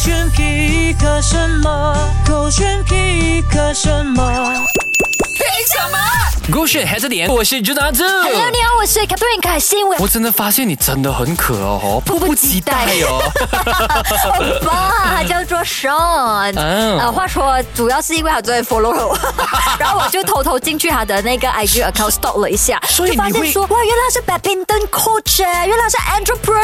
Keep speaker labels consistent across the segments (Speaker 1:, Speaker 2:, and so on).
Speaker 1: 选皮克什么？狗选皮克什么？
Speaker 2: 勾选黑着脸，我是 j u n a z
Speaker 3: Hello，你好，我是 Catherine 凯欣，我
Speaker 2: 我真的发现你真的很可哦，
Speaker 3: 迫不及待
Speaker 2: 哦。
Speaker 3: 欧巴啊叫做 Sean，
Speaker 2: 嗯
Speaker 3: 呃，话说主要是因为他最近 follow 了 我，然后我就偷偷进去他的那个 IG account stalk 了一下，
Speaker 2: 所以
Speaker 3: 就发
Speaker 2: 你
Speaker 3: 现
Speaker 2: 会
Speaker 3: 说哇，原来他是 badminton coach，哎原来他是 entrepreneur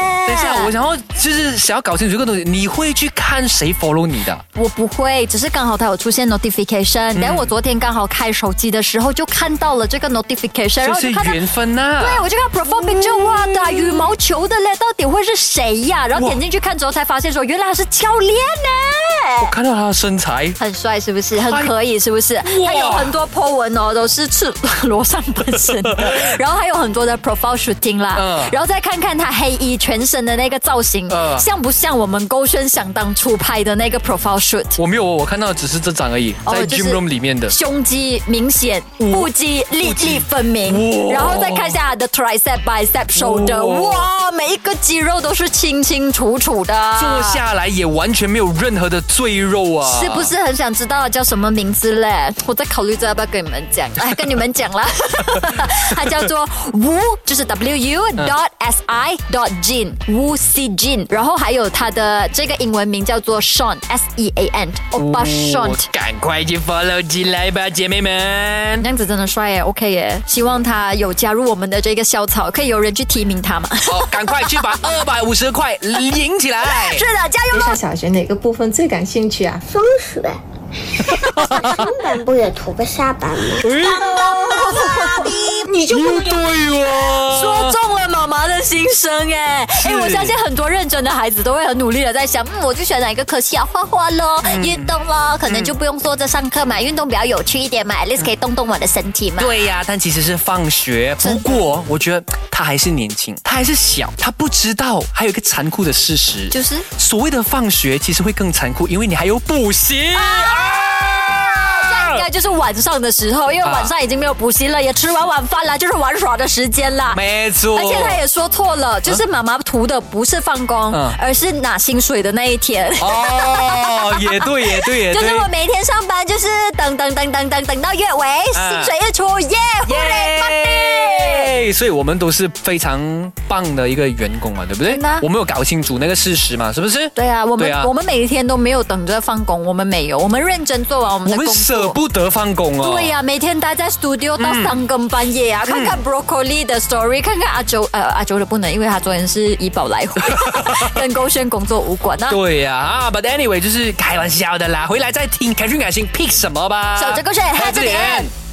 Speaker 3: 嘞。
Speaker 2: 等一下，我想要就是想要搞清楚这个东西，你会去看谁 follow 你的？
Speaker 3: 我不会，只是刚好它有出现 notification，然后
Speaker 2: 嗯
Speaker 3: 我昨天刚好开手机的时候就看到了这个 notification，然
Speaker 2: 这
Speaker 3: 后我
Speaker 2: 是
Speaker 3: 就看到。
Speaker 2: 缘分呐、
Speaker 3: 对，哎我就看 profile picture，哇，打羽毛球的嘞，到底会是谁呀、然后
Speaker 2: 嗯哇
Speaker 3: 点进去看之后，才发现说原来他是教练呢，
Speaker 2: 看到他的身材，
Speaker 3: 很帅是不是？很
Speaker 2: 哎
Speaker 3: 可以是不是？他有很多 po 文哦，都是赤裸上半身 的，然后还有很多的 profile shooting 啦，
Speaker 2: 嗯
Speaker 3: 然后再看看他黑衣全身的那个造型，
Speaker 2: 嗯
Speaker 3: 像不像我们勾选想当初拍的那个 profile shoot？
Speaker 2: 我没有，我看到的只是这张而已，
Speaker 3: 哦
Speaker 2: 在
Speaker 3: 就是
Speaker 2: gym room 里面的。
Speaker 3: 胸肌明显，腹肌粒粒分明，
Speaker 2: 哇
Speaker 3: 然后再看一下他的 tricep、bicep、shoulder，
Speaker 2: 哇
Speaker 3: 哇，每一个肌肉都是清清楚楚的。
Speaker 2: 坐下来也完全没有任何的赘肉啊！
Speaker 3: 是不是很想知道叫什么名字嘞？我在考虑着要不要跟你们 讲，哎，跟你们讲啦， 它叫做 Wu，就是 W U
Speaker 2: 嗯
Speaker 3: dot S I dot Jin Wu C Jin，然后还有它的这个英文名叫做 Sean S E A N，欧巴 Sean
Speaker 2: 我。哦赶快去 follow 进来吧，姐 妹们！
Speaker 3: 那样子真的帅耶，OK 耶！希望他有加入我们的这个校草，可以有人去提名他嘛？
Speaker 2: 好，哦赶快去把二百五十块领起来！
Speaker 3: 是的，加油
Speaker 4: 上
Speaker 3: 喽！
Speaker 4: 小学哪个部分最感兴趣啊？
Speaker 5: 松鼠。 松本不也涂个下巴吗？
Speaker 4: 哎你就
Speaker 2: 不对哦，
Speaker 3: 说中了妈妈的心声哎！哎，我相信很多认真的孩子都会很努力的在想，嗯，我就选哪一个科系啊？画画咯，运动咯，可能就不用坐着上课嘛，运动比较有趣一点嘛，at least 可以动动我的身体嘛。
Speaker 2: 对呀、但其实是放学。不过我觉得他还是年轻，他还是小，他不知道还有一个残酷的事实，
Speaker 3: 就是
Speaker 2: 所谓的放学其实会更残酷，因为你还有补习啊
Speaker 3: 应该就是晚上的时候，因为晚上已经没有补习了，也吃完晚饭了，就是玩耍的时间啦。
Speaker 2: 没错，
Speaker 3: 而且他也说错了，就是妈妈图的不是放工，
Speaker 2: 嗯
Speaker 3: 而是拿薪水的那一天。
Speaker 2: 哦，也对，也对，也
Speaker 3: 就
Speaker 2: 对。
Speaker 3: 是我每天上班就是等等等等等等到月尾，
Speaker 2: 啊
Speaker 3: 薪水一出，耶，呼嘞，妈咪！
Speaker 2: 耶！哎所以我们都是非常棒的一个员工嘛，对不对
Speaker 3: 真的？
Speaker 2: 我们有搞清楚那个事实嘛，是不是？
Speaker 3: 对啊，我们
Speaker 2: 对啊
Speaker 3: 我们每一天都没有等着放工，我们没有，我们认真做完我们的
Speaker 2: 我们
Speaker 3: 工
Speaker 2: 舍
Speaker 3: 作。
Speaker 2: 不得放工哦。
Speaker 3: 对呀、每天待在 studio 到三更半夜
Speaker 2: 嗯
Speaker 3: 啊，看看 Broccoli 的 story，看看阿周，呃，阿周的不能，因为他昨天是医保来 回，跟勾选工作无关啊。
Speaker 2: 对呀、啊，b u t anyway，就是开玩笑的啦。回来再听，凯俊凯欣 pick 什么吧。
Speaker 3: 守着勾选嗨着点。